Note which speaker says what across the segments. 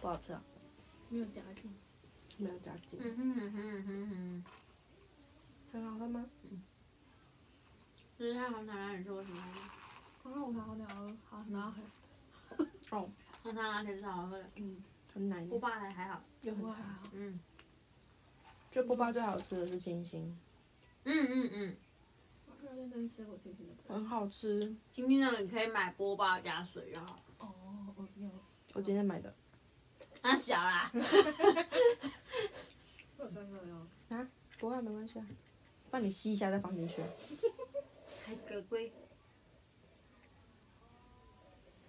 Speaker 1: 不好吃啊，
Speaker 2: 没有夹
Speaker 1: 嗯
Speaker 2: 劲。
Speaker 1: 没有加劲。
Speaker 2: 嗯哼嗯哼嗯哼嗯哼，
Speaker 1: 很好喝吗？
Speaker 2: 就是太红茶拿铁是我喜欢的，
Speaker 3: 红茶红茶好难喝，好难喝，
Speaker 1: 哦，
Speaker 2: 红茶拿铁是好喝的，
Speaker 1: 嗯，很奶
Speaker 2: 波
Speaker 1: 腻，
Speaker 2: 霸还还好。
Speaker 1: 又很
Speaker 3: 哇，
Speaker 1: 长。
Speaker 2: 嗯
Speaker 1: 就波霸最好吃的是清新，
Speaker 2: 嗯嗯嗯，
Speaker 3: 我是认真吃过清新的歌。
Speaker 1: 很好吃。
Speaker 2: 今天呢你可以买波霸加水就好，
Speaker 3: 哦，我没有，
Speaker 1: 我今天买的，
Speaker 2: 那啊小啦。
Speaker 3: 我有三个哟。
Speaker 1: 不会啊没关系啊，帮你吸一下再放进去。
Speaker 2: 还可贵。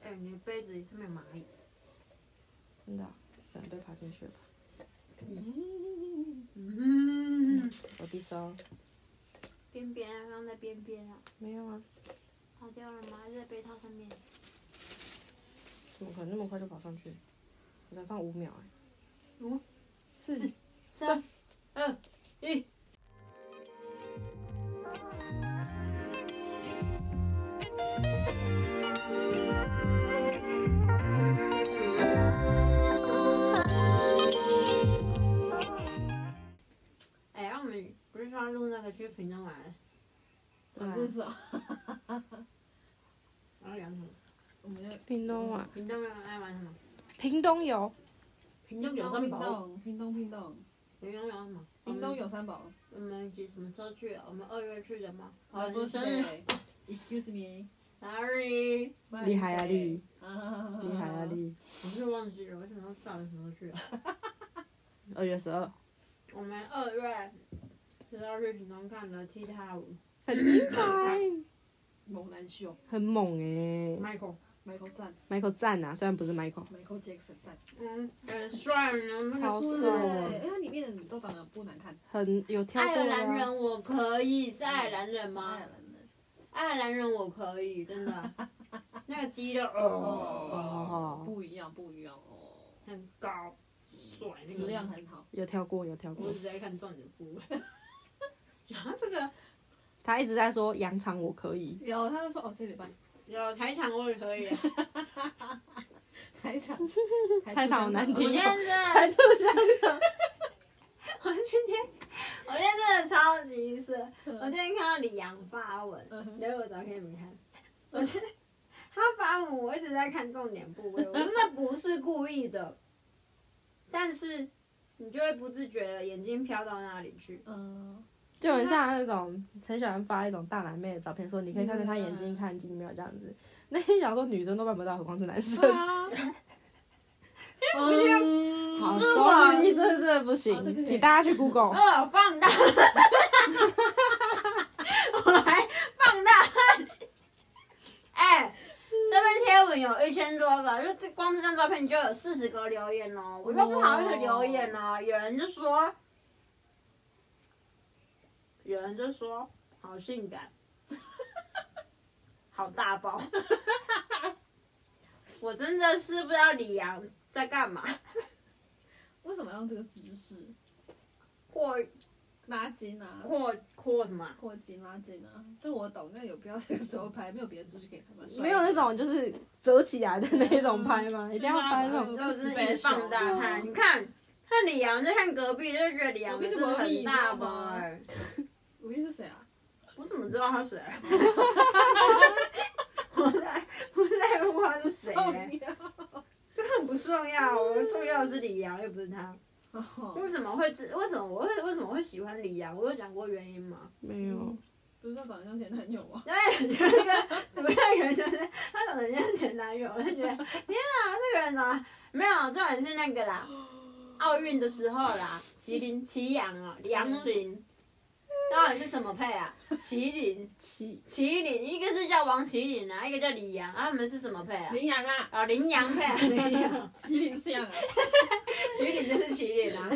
Speaker 2: 哎、你的杯子上面有蚂蚁，
Speaker 1: 真的啊，可能被爬进去了吧。
Speaker 2: 嗯，
Speaker 1: 我第三，
Speaker 2: 边边啊，刚刚在边边啊，
Speaker 1: 没有啊，
Speaker 2: 跑掉了吗？还是在杯套上面？
Speaker 1: 怎么可能那么快就跑上去？我才放五秒哎、
Speaker 2: 五
Speaker 1: 四
Speaker 2: 三二一。哎，让我们不是上次录那个去平东玩，
Speaker 1: 对
Speaker 3: 我
Speaker 1: 啊
Speaker 3: 真是啊，
Speaker 2: 然后讲什么？
Speaker 3: 我们要
Speaker 1: 屏东啊，
Speaker 2: 平东没有爱玩什么？
Speaker 1: 嗯屏东有，
Speaker 2: 平东有三
Speaker 3: 屏
Speaker 2: 宝，
Speaker 3: 东，屏东，屏东，
Speaker 2: 平东有什么？
Speaker 3: 屏东有三宝。
Speaker 2: 我们几什么时候去啊？我们二月去的吗？好，
Speaker 3: 我
Speaker 2: 哦你
Speaker 3: 不
Speaker 2: 生日
Speaker 3: 是。Excuse me。
Speaker 2: ，sorry，
Speaker 1: 厉害啊你
Speaker 3: 啊！
Speaker 1: 厉害啊！你，
Speaker 2: 我是忘记了，我想到算了什么时候去啊？
Speaker 1: 二月十二，
Speaker 2: 我们二月十二去平东看的踢踏舞
Speaker 1: 很精彩，
Speaker 3: 猛男秀
Speaker 1: 很猛哎、
Speaker 2: ，Michael，
Speaker 3: ，Michael 赞
Speaker 1: Michael 赞啊，虽然不是 Michael，
Speaker 3: ，Michael Jackson 赞。
Speaker 2: 嗯，很帅呢，
Speaker 1: 超帅啊
Speaker 3: 对，因为它里面的都长得不难看。
Speaker 1: 很有跳
Speaker 2: 爱
Speaker 1: 过
Speaker 2: 尔
Speaker 1: 的
Speaker 2: 兰
Speaker 1: 啊、
Speaker 2: 人我可以，是爱尔兰人
Speaker 3: 爱
Speaker 2: 吗
Speaker 3: 尔？兰人。
Speaker 2: 爱尔兰人我可以，真的，那个肌肉哦，
Speaker 1: 哦，
Speaker 3: 不一样，不一样哦，
Speaker 2: 很高，帅，那个
Speaker 3: 质量很好。
Speaker 1: 有跳过，有跳
Speaker 2: 我
Speaker 1: 过
Speaker 2: 一。直在看壮的部位， 然后这个
Speaker 1: 他一直在说羊肠我可以，
Speaker 3: 有，他就说哦，这礼拜
Speaker 2: 有台场我也可以啊，
Speaker 3: 台 场，
Speaker 1: 台场好难
Speaker 2: 我
Speaker 1: 听
Speaker 2: 今
Speaker 3: 听。
Speaker 2: 天真的
Speaker 1: 还住香肠，
Speaker 2: 我今天，我今天真的超级色。我今天看到李阳发文，
Speaker 3: 嗯哼
Speaker 2: 留我照片给你们看。我觉得他发文，我一直在看重点部位，我真的不是故意的，但是你就会不自觉的眼睛飘到那里去。
Speaker 3: 嗯，
Speaker 1: 就很像那种很喜欢发一种大奶妹的照片，说你可以看着她眼睛看几秒这样子。那天想说女生都办不到，何况是男
Speaker 3: 对
Speaker 1: 生？
Speaker 3: 啊。嗯，
Speaker 1: 好
Speaker 2: 是我
Speaker 1: sorry，这这不
Speaker 3: 哦这个可
Speaker 1: 行，
Speaker 3: 以
Speaker 1: 请大家去 Google。
Speaker 2: 哦，放大，我还放大汉。哎、这边贴文有一千多个，就这光这张照片就有四十个留言哦，我都不好意思留言哦。有人就说，有人就说好性感， 好大包。 我真的是不知道李阳在干嘛，
Speaker 3: 为什么要用这个姿势？
Speaker 2: 扩
Speaker 3: 拉筋啊，
Speaker 2: 扩扩什么啊、
Speaker 3: 扩筋拉筋啊，这我懂，那有必要这个时候拍？没有别的姿势可以拍吗？
Speaker 1: 没有那种就是折起来的那种拍吗？一定要拍那种
Speaker 3: 嗯
Speaker 2: 啊就是一直放大
Speaker 1: 啊
Speaker 2: 看，你看，看李阳在看隔壁，就觉得李阳是很大包哎、
Speaker 3: 吴斌是谁啊？
Speaker 2: 我怎么知道他谁？啊 我在不在乎他是谁、
Speaker 3: 哦
Speaker 2: 欸，
Speaker 3: 啊
Speaker 2: 很不重要。我重要的是李阳，又不是他。为
Speaker 3: 哦，
Speaker 2: 什么会知？为什么我会为什么会喜欢李阳？我有讲过原因吗？
Speaker 1: 没有，
Speaker 3: 不是他啊长得像前男友 吗？
Speaker 2: 对，那个主任人就是他长得像前男友，我就觉得天啊，这个人怎么没有？重点是那 个啦，奥运的时候啦，麒 麟祁阳啊，杨
Speaker 1: 嗯
Speaker 2: 林，到底是什么配啊？麒麟，
Speaker 1: 七
Speaker 2: 麒麟，一个是叫王麒麟啊，一个叫李阳，啊，他们是什么配啊？
Speaker 3: 羚羊啊，
Speaker 2: 啊，羚羊 配啊，羚羊，
Speaker 3: 麒麟像啊，
Speaker 2: 麒麟就是麒麟 啊，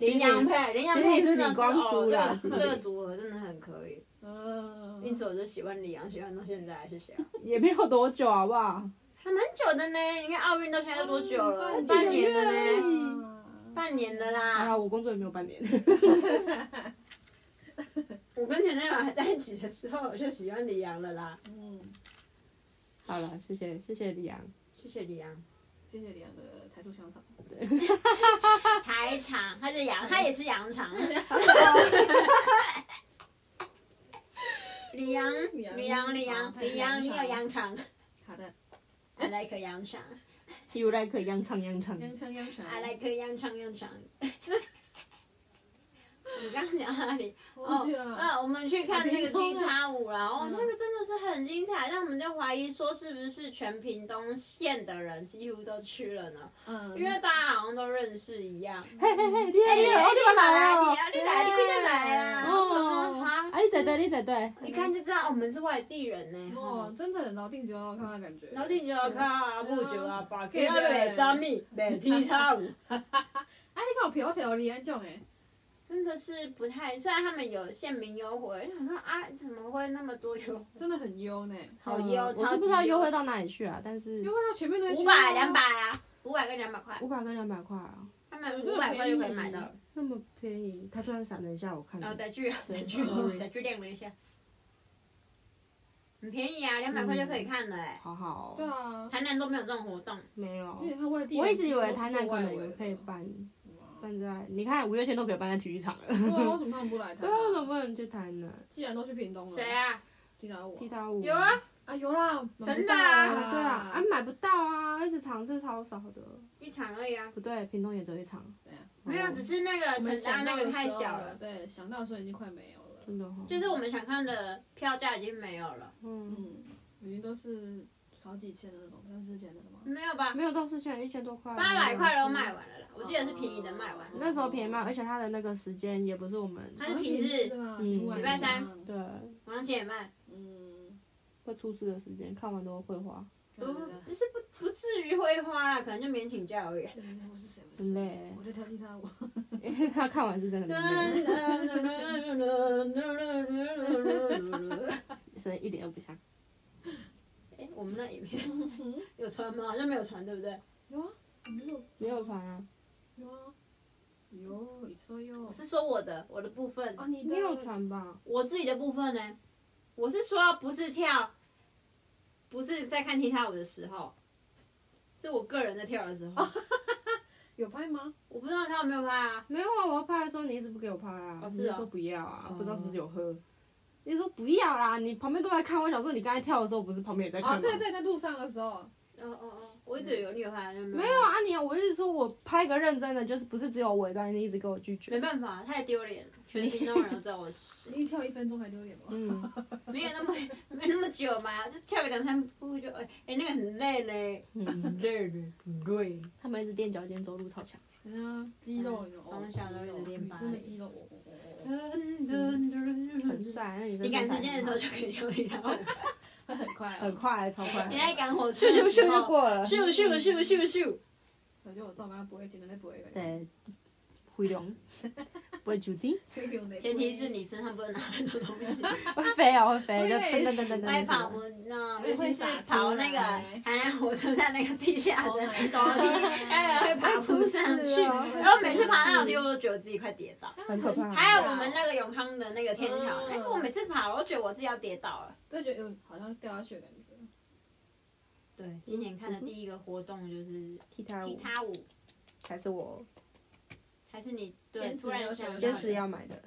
Speaker 2: 羚羊配，啊羚羊配真
Speaker 1: 麒麟是李
Speaker 2: 的是
Speaker 1: 光洙啦
Speaker 2: 哦，这
Speaker 1: 麒
Speaker 2: 个
Speaker 1: 麟
Speaker 2: 这个组合真的很可以，
Speaker 3: 嗯，
Speaker 2: 因此我就喜欢李阳，喜欢到现在，谢谢啊。
Speaker 1: 也没有多久，好不好？
Speaker 2: 还蛮久的呢，你看奥运到现在多久了？
Speaker 1: 嗯半
Speaker 2: 半年
Speaker 1: 年
Speaker 2: 了呢，
Speaker 3: 嗯
Speaker 2: 半年了
Speaker 1: 还好
Speaker 2: 啦。
Speaker 1: 我工作也没有半年。
Speaker 2: 我跟前男友还在一起的时候，我就喜欢李阳了啦。
Speaker 3: 嗯，
Speaker 1: 好了，谢谢谢谢李阳，
Speaker 2: 谢谢李阳，
Speaker 3: 谢谢李阳的台塑香肠。
Speaker 2: 台场，他是羊，他也是羊 肠。李阳，嗯李阳，哦李阳，李阳，你有羊 肠
Speaker 3: 好的，
Speaker 2: ？I like 羊肠
Speaker 1: You like 洋肠洋
Speaker 2: 嗯
Speaker 1: 肠，
Speaker 3: 央腔央肠。
Speaker 2: ，I like 羊肠羊 肠。你刚刚讲哪里？
Speaker 3: 我忘记了。
Speaker 2: 啊，我们去看那个
Speaker 3: 屏东
Speaker 2: 踢
Speaker 3: 啊
Speaker 2: 踏舞啦，哦，
Speaker 3: 嗯
Speaker 2: 那个真的是很精彩，但我们就怀疑说是不是全屏东县的人几乎都去了呢？
Speaker 3: 嗯，
Speaker 2: 因为大家好像都认识一样。
Speaker 1: 嘿嘿嘿，你来
Speaker 2: 哎
Speaker 1: 你来，
Speaker 2: 你
Speaker 1: 哦你
Speaker 2: 来
Speaker 1: 来
Speaker 2: 啊
Speaker 1: 哦，
Speaker 2: 你来，你快点来啊！
Speaker 1: 哦，
Speaker 2: 啊
Speaker 1: 啊，你在对，你在对，
Speaker 2: 一看就知道我们是外地人呢。
Speaker 3: 哦，真的老定就要看看感觉。
Speaker 2: 然后你就要看啊，不久啊，把给那
Speaker 3: 对
Speaker 2: 个三米，每踢踏舞，
Speaker 3: 哎，你看我飘起来，我李安种哎，
Speaker 2: 真的是不太。虽然他们有县民优惠，想说啊，怎么会那么多优惠？
Speaker 3: 真的很优呢。
Speaker 1: 嗯
Speaker 2: 好优，
Speaker 1: 我是不知道优惠到哪里去啊，但是
Speaker 3: 优惠到前面那
Speaker 2: 五百两百，啊，五百跟两百块，
Speaker 1: 五百跟两百块啊，
Speaker 2: 他们五百块就可以买到了。
Speaker 1: 那么便宜，他突然闪了一下，我看
Speaker 2: 然后
Speaker 1: 了，
Speaker 2: 再去
Speaker 1: 对
Speaker 2: 再去
Speaker 1: 嗯
Speaker 2: 再去量了一下，很便宜啊，两百块就可以看了哎。
Speaker 1: 好好
Speaker 3: 对
Speaker 1: 哦，
Speaker 3: 啊，
Speaker 2: 台南都没有这种活动，
Speaker 1: 没有
Speaker 3: 因，为它外地。
Speaker 1: 我一直以为台南可能有可以办
Speaker 3: 哇。
Speaker 1: 办在，你看五月天都可以办在体育场了，
Speaker 3: 对啊，为什么他们不来台
Speaker 1: 对啊，为什么
Speaker 3: 南？
Speaker 1: 不能去台南
Speaker 3: 既然都去屏东了，
Speaker 2: 谁？啊？
Speaker 3: 踢打我
Speaker 1: 踢踏舞？
Speaker 2: 有啊，
Speaker 3: 啊，有啦，
Speaker 2: 真的啊
Speaker 1: 啊，对啊，啊，买不到啊，一直场次超少的，
Speaker 2: 一场而已啊，
Speaker 1: 不对，屏东也只有一场
Speaker 3: 对啊，
Speaker 2: 没有，
Speaker 1: 哦
Speaker 2: 只是那个
Speaker 3: 我
Speaker 2: 陈
Speaker 3: 们
Speaker 2: 大
Speaker 3: 想
Speaker 2: 那
Speaker 3: 到
Speaker 2: 个
Speaker 3: 的
Speaker 1: 啊
Speaker 2: 太
Speaker 3: 时候啊
Speaker 2: 小
Speaker 3: 了，
Speaker 2: 了，
Speaker 3: 对，想到的时候已经快没有了。
Speaker 1: 真的哦
Speaker 2: 就是我们想看的票价已经没有了，
Speaker 1: 嗯，
Speaker 3: 嗯，已经都是好几千的那种，三四千的了吗？
Speaker 2: 没有吧？嗯
Speaker 1: 没有到四千一千多块，啊
Speaker 2: 八百块都
Speaker 1: 了
Speaker 2: 卖完了啦，我记得是便宜的卖完了，
Speaker 1: 那时候便宜卖，而且它的那个时间也不是我们
Speaker 2: 它是平日
Speaker 3: 啊对吧？
Speaker 1: 嗯
Speaker 3: 晚
Speaker 1: 礼
Speaker 2: 拜三
Speaker 3: 上，
Speaker 1: 对
Speaker 2: 晚上七点半，
Speaker 3: 嗯，
Speaker 1: 会出事的时间，看完都会花，
Speaker 2: 不
Speaker 3: 对对
Speaker 2: 就是不不至于会花啦，可能就免请假而已。
Speaker 3: 对我是谁？我是
Speaker 1: 很
Speaker 3: 谁？
Speaker 1: 累，
Speaker 3: 我在挑剔他，我
Speaker 1: 因为 他看完是真的很累，
Speaker 2: 哎，
Speaker 1: 声音一点都不像。
Speaker 2: 我们那影片有传吗？好像没有传，对不对？
Speaker 3: 有啊，没有
Speaker 1: 没有传啊，
Speaker 3: 有啊，有你说有
Speaker 2: 我是说我的我的部分，
Speaker 3: 啊，你
Speaker 1: 你
Speaker 3: 的
Speaker 1: 有传吧？
Speaker 2: 我自己的部分呢？我是说不是跳，不是在看踢踏舞的时候，是我个人在跳的时候。
Speaker 3: 有拍吗？
Speaker 2: 我不知道他有没有拍啊？
Speaker 1: 没有啊，我要拍的时候你一直不给我拍啊，
Speaker 2: 哦
Speaker 1: 你
Speaker 2: 是哦
Speaker 1: 就说不要啊，
Speaker 2: 哦
Speaker 1: 不知道是不是有喝。你说不要啦，你旁边都在看，我想说你刚才跳的时候不是旁边也在看
Speaker 3: 啊，
Speaker 1: 吗？
Speaker 3: 对对，在路上的时候，
Speaker 2: 哦哦哦，我一直以为你有拍，没
Speaker 1: 没有啊，你我是说我拍个认真的，就是不是只有尾端，你一直给我拒
Speaker 2: 没
Speaker 1: 绝。
Speaker 2: 办法，太丢脸了，全心中人都知道我是谁，
Speaker 3: 一跳一分钟还丢脸吗？
Speaker 1: 嗯，
Speaker 2: 没有那么没那么久嘛，就跳个两三步就哎、哎那个很累嘞，很
Speaker 1: 嗯
Speaker 2: 累嘞，很累。
Speaker 1: 他们一直垫脚尖走路超强。
Speaker 3: 对啊，肌肉有，
Speaker 2: 从小都有点
Speaker 3: 女
Speaker 2: 白
Speaker 3: 生的肌肉，哦哦哦哦
Speaker 1: 很帅，那女生
Speaker 2: 你赶时间
Speaker 1: 身
Speaker 2: 的时
Speaker 1: 材很
Speaker 2: 候就可以跳一跳，
Speaker 3: 会很快
Speaker 1: 好很
Speaker 3: 哦。
Speaker 1: 快，超快，
Speaker 2: 你在赶火车
Speaker 1: 咻咻
Speaker 2: 的时
Speaker 1: 咻就
Speaker 2: 候，
Speaker 1: 过了，
Speaker 2: 咻咻咻咻咻，
Speaker 3: 我觉得我照妈不会，简单的不会。，
Speaker 1: 对，回笼，不会注定，
Speaker 2: 前提是你身上不能拿很多东西。
Speaker 1: 会飞哦，会飞，
Speaker 3: 我
Speaker 1: 就
Speaker 3: 以为
Speaker 1: 噔噔噔噔噔
Speaker 2: 来
Speaker 1: 噔
Speaker 2: 跑
Speaker 1: 噔。
Speaker 2: 我那
Speaker 3: 我
Speaker 2: 尤
Speaker 3: 也会
Speaker 2: 其是
Speaker 3: 撒出
Speaker 2: 跑那个
Speaker 3: 来
Speaker 2: 台南火车站那个地下的楼梯，还有会爬
Speaker 1: 会出
Speaker 2: 不
Speaker 1: 事
Speaker 2: 上去，
Speaker 1: 哦
Speaker 2: 然后每次爬那种梯，我都觉得我自己快跌倒。
Speaker 1: 很可怕啊
Speaker 2: 还有我们那个永康的那个天桥，
Speaker 3: 嗯
Speaker 2: 哎，我每次爬，我都觉得我自己要跌倒了。
Speaker 3: 就觉得有好像掉下去的感觉。
Speaker 2: 对，嗯今年看的第一个活动就是
Speaker 1: 踢踏
Speaker 2: 踢
Speaker 1: 舞
Speaker 2: 踏舞，
Speaker 1: 还是我
Speaker 2: 还是你对
Speaker 3: 坚持
Speaker 2: 突然
Speaker 3: 要嗯
Speaker 2: 想
Speaker 3: 学
Speaker 1: 坚持要买的，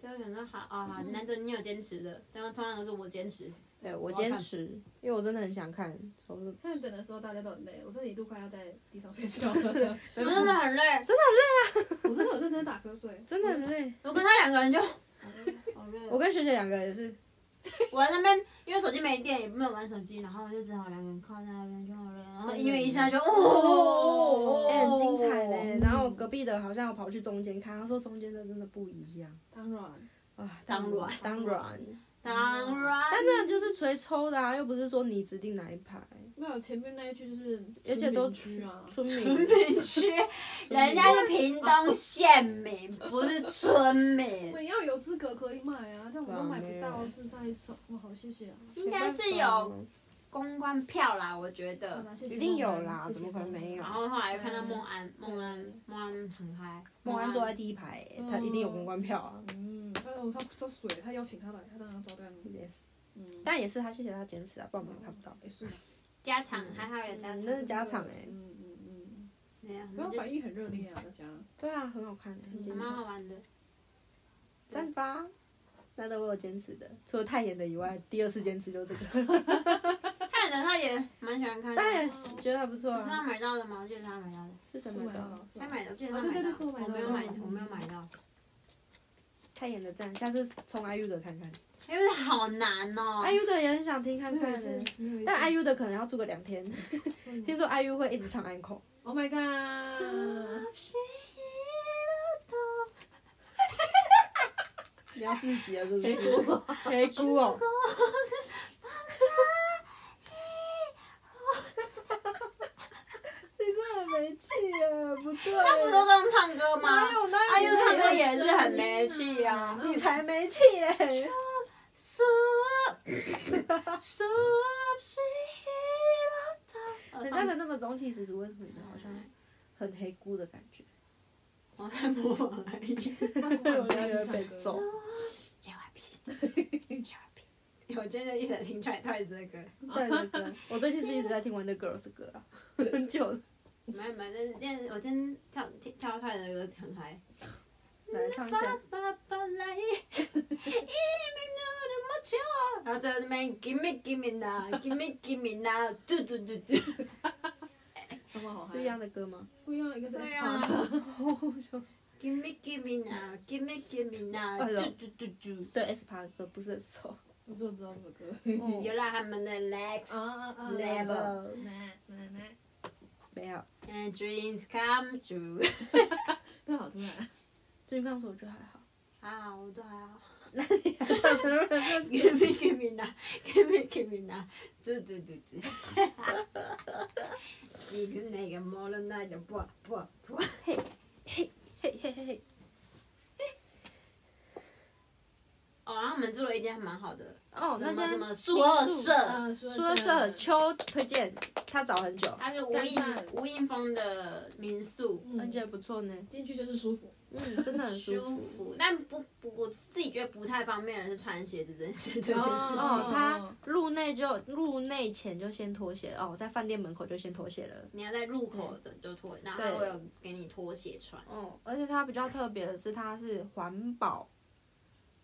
Speaker 2: 对，我想说好啊，好难得你有坚持的，但通常都是我坚持。
Speaker 1: 对我
Speaker 2: 我要
Speaker 1: 坚
Speaker 2: 看
Speaker 1: 持，因为我真的很想看，手是
Speaker 3: 虽然等的时候大家都很累，我真的一度快要在地上睡觉了。
Speaker 2: 我真的很累，
Speaker 3: 我真的有认真打瞌睡，
Speaker 1: 真的很累。
Speaker 2: 我跟他两个人就好累
Speaker 1: 我跟学姐两个也是，
Speaker 2: 我在那边，因为手机没电，也没有玩手机，然后就只好两个人靠在那边就好了。然后音乐一下就哦哦，
Speaker 1: 哎，很精彩嘞。然后我隔壁的好像有跑去中间看，他说中间的真的不一样
Speaker 3: 当然
Speaker 1: 啊，
Speaker 2: 当然
Speaker 1: 当然，
Speaker 2: 当然，
Speaker 1: 但真的啊就是谁抽的啊，又不是说你指定哪一排，
Speaker 3: 没有前面那一区就是村民
Speaker 1: 而且都
Speaker 3: 区啊，
Speaker 1: 村民，
Speaker 2: 村民区， 人家啊是屏东县民，不是村
Speaker 3: 我
Speaker 2: 民，
Speaker 3: 们要有资格可以买啊，但我们都买不
Speaker 1: 哇没
Speaker 3: 到，
Speaker 1: 有
Speaker 3: 是在手。哇，好谢谢啊！
Speaker 2: 应该是有
Speaker 1: 啊
Speaker 2: 公关票啦，我觉
Speaker 3: 好
Speaker 2: 得。
Speaker 3: 啦谢谢
Speaker 1: 一定有啦，
Speaker 3: 谢
Speaker 1: 怎
Speaker 3: 谢
Speaker 1: 么可能没有
Speaker 2: 然？后后来又看到孟安，孟安，孟安很嗨，
Speaker 1: 孟安坐在第一排欸，他一定有公关票啊。
Speaker 3: 嗯，他哦他他水，他邀请他来，他当然要招待你。
Speaker 1: Yes，
Speaker 3: 嗯，哎
Speaker 1: 但也是他谢谢他坚持啊，不然我们也看不到。
Speaker 3: 嗯也是啦，
Speaker 2: 加长还好有加长，啊
Speaker 1: 那是家常哎，
Speaker 3: 嗯嗯
Speaker 2: 那样，
Speaker 3: 然后
Speaker 2: 就
Speaker 3: 反应很热烈啊，大家。
Speaker 1: 对啊，很好看的，很精
Speaker 2: 蛮
Speaker 1: 彩
Speaker 2: 好。玩的。
Speaker 1: 赞吧，难得我有坚持的，除了太严的以外，第二次坚持就是这个，
Speaker 2: 看的他也蛮喜欢看的，
Speaker 1: 但也是觉得还不错
Speaker 2: 你是他
Speaker 1: 啊。
Speaker 2: 买到的吗？我记得他买到的，
Speaker 1: 是什
Speaker 3: 我
Speaker 1: 么
Speaker 3: 买
Speaker 1: 的？
Speaker 3: 到，
Speaker 2: 他买的，我记得
Speaker 3: 哦
Speaker 2: 他
Speaker 3: 对
Speaker 2: 买
Speaker 3: 对
Speaker 2: 到
Speaker 3: 对是我买
Speaker 2: 我没有
Speaker 1: 到
Speaker 2: 买，
Speaker 1: 的
Speaker 2: 我没有买到，
Speaker 1: 太严的赞，下次冲 IU 的看看。
Speaker 2: 因为哎好难哦。
Speaker 1: IU 的也很想听看看的，
Speaker 3: 是
Speaker 1: 但 IU 的可能要住个两天。 听说 IU 会一直唱安口，
Speaker 3: Oh my god！
Speaker 1: 你要自习啊了是不是？ 谁哭哦？ 你真的没气啊！不对，
Speaker 2: 他 不都这样唱歌吗
Speaker 1: 哪？有哪
Speaker 2: 阿 U
Speaker 1: 有？
Speaker 2: 唱歌也是很没气啊。
Speaker 1: 你才没气 嘞！
Speaker 2: So so
Speaker 1: 人家的那么中气十足，为什么你的好像很黑姑的感觉？
Speaker 2: 我在模仿而已。
Speaker 1: 我觉得被揍。
Speaker 2: 我真的一直在听 Try Twice 的歌，
Speaker 1: 对对对，我最近是一直在听 Wonder Girls 的歌啊， 很久了。
Speaker 2: 没有没有，但是今天我今天跳跳跳 Twice 的歌很嗨。
Speaker 1: 来唱一下。
Speaker 2: 爸爸来，一然后最后那边 give me give me now give me give me now，嘟嘟嘟嘟。
Speaker 3: 什么好嗨？
Speaker 1: 是一样的歌吗？
Speaker 3: 啊不一样，一个是
Speaker 2: 对
Speaker 3: S 趴
Speaker 2: 啊，give me give me now，give me give me now，
Speaker 1: 哎呦
Speaker 2: 嘟嘟嘟嘟。
Speaker 1: 对，S 趴的歌不是很熟。
Speaker 3: 我就知道这首歌。
Speaker 1: 哦
Speaker 2: 有啦，他们的 legs
Speaker 1: Oh.
Speaker 3: 啊啊啊
Speaker 2: Never
Speaker 1: 没有。
Speaker 2: and dreams come true。
Speaker 3: 那好突然，
Speaker 1: 最近刚说我觉得还好。Ah,
Speaker 2: 啊，我 都还好。
Speaker 1: 那你还唱什么歌？
Speaker 2: Give me give me now，give me give me now，嘟嘟嘟 嘟。一个那个毛了那个不不不。
Speaker 1: 嘿嘿嘿 嘿，
Speaker 2: 哦，然后我们住了一间还蛮好的，
Speaker 1: 哦，
Speaker 2: 什
Speaker 1: 那
Speaker 2: 么什么
Speaker 1: 间
Speaker 2: 宿舍
Speaker 1: 呃
Speaker 2: 社，
Speaker 3: 嗯，
Speaker 1: 说是秋推荐，他找很久，
Speaker 2: 它是无印
Speaker 3: 赞赞
Speaker 2: 无印风的民宿，
Speaker 1: 而
Speaker 3: 嗯，
Speaker 1: 且不错呢。
Speaker 3: 进去就是舒服。
Speaker 1: 嗯，真的很
Speaker 2: 舒
Speaker 1: 舒。
Speaker 2: 服，但不不，我自己觉得不太方便的是穿鞋子这件事这件事情。
Speaker 1: 哦，
Speaker 3: 哦
Speaker 1: 他 入内就入内前就先脱鞋了哦，在饭店门口就先脱鞋了。
Speaker 2: 你要在入口的就脱，然后
Speaker 1: 对
Speaker 2: 我有给你拖鞋穿。
Speaker 1: 哦，而且它比较特别的是，它是环保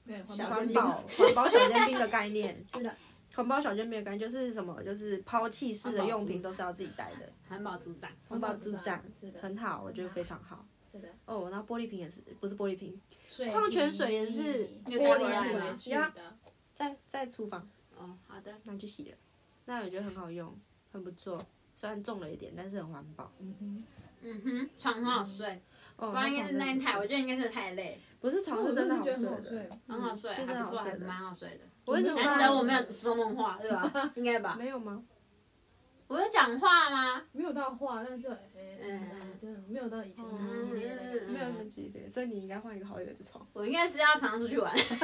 Speaker 3: 没有
Speaker 2: 小
Speaker 1: 环
Speaker 2: 尖
Speaker 1: 保环保小尖兵的概 念，
Speaker 3: 是的，
Speaker 1: 环保小尖兵的概念就是什么？就是抛弃式的用品都是要自己带的，
Speaker 2: 环保组长，
Speaker 1: 环保助长
Speaker 3: 是的，
Speaker 1: 很好，我觉得非常好。
Speaker 3: 是的。
Speaker 1: 哦，然后玻璃瓶也是，不是玻璃瓶，
Speaker 3: 水
Speaker 1: 矿泉水也是
Speaker 2: 有
Speaker 1: 玻
Speaker 2: 带
Speaker 1: 璃
Speaker 2: 回来
Speaker 1: 瓶
Speaker 2: 吗
Speaker 1: 对啊，在在厨房
Speaker 2: 哦，好的，
Speaker 1: 拿去洗了，那我觉得很好用，很不错。虽然重了一点，但是很环保。
Speaker 3: 嗯哼，
Speaker 2: 嗯哼，床很好睡，嗯
Speaker 1: 哦，
Speaker 2: 不然应该是那一台，我
Speaker 1: 我
Speaker 2: 觉得应该是太累，
Speaker 1: 不是
Speaker 3: 但
Speaker 1: 床
Speaker 3: 我
Speaker 1: 是真的
Speaker 3: 的
Speaker 1: 好
Speaker 3: 觉得
Speaker 1: 睡
Speaker 3: 很好
Speaker 1: 的，
Speaker 3: 睡，
Speaker 2: 嗯很好睡，
Speaker 1: 是真
Speaker 2: 还
Speaker 1: 的
Speaker 2: 不
Speaker 1: 好
Speaker 2: 错，
Speaker 1: 睡
Speaker 2: 还
Speaker 1: 的
Speaker 2: 蛮好睡的。
Speaker 1: 我一直
Speaker 2: 难得我没有说梦话，对 吧？应该吧？
Speaker 1: 没有吗？
Speaker 2: 我有讲话吗？
Speaker 3: 没有到话，但是嗯，真的没有到以前很激烈的感
Speaker 2: 嗯
Speaker 1: 没有那么激烈，所以你应该换一个好一点的床。
Speaker 2: 我应该是要常常出去玩，
Speaker 3: 觉，